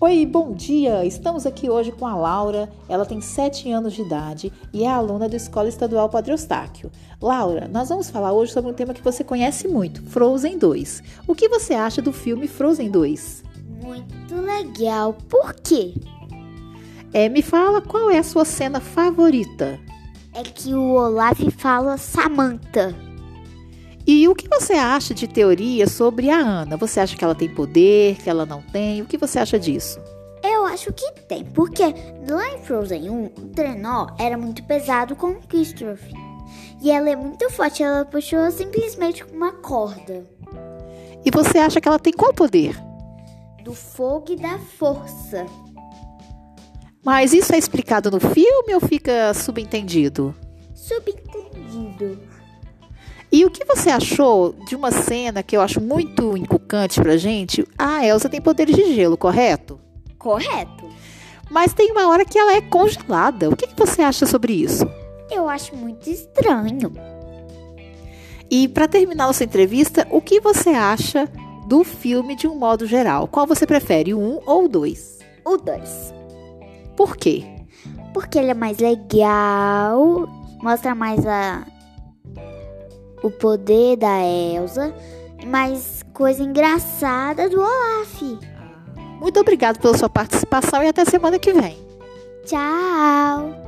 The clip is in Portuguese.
Oi, bom dia! Estamos aqui hoje com a Laura. Ela tem 7 anos de idade e é aluna da Escola Estadual Padre Eustáquio. Laura, nós vamos falar hoje sobre um tema que você conhece muito, Frozen 2. O que você acha do filme Frozen 2? Muito legal. Por quê? É, me fala qual é a sua cena favorita. É que o Olaf fala Samantha. E o que você acha de teoria sobre a Ana? Você acha que ela tem poder, que ela não tem? O que você acha disso? Eu acho que tem, porque lá em Frozen 1, o trenó era muito pesado com o Kristoff. E ela é muito forte, ela puxou simplesmente com uma corda. E você acha que ela tem qual poder? Do fogo e da força. Mas isso é explicado no filme ou fica subentendido? Subentendido. E o que você achou de uma cena que eu acho muito encucante pra gente? A Elsa tem poderes de gelo, correto? Correto. Mas tem uma hora que ela é congelada. O que, que você acha sobre isso? Eu acho muito estranho. E pra terminar nossa entrevista, o que você acha do filme de um modo geral? Qual você prefere, o um ou o dois? O 2. Por quê? Porque ele é mais legal, mostra mais a o poder da Elsa e mais coisa engraçada do Olaf. Muito obrigado pela sua participação e até semana que vem. Tchau!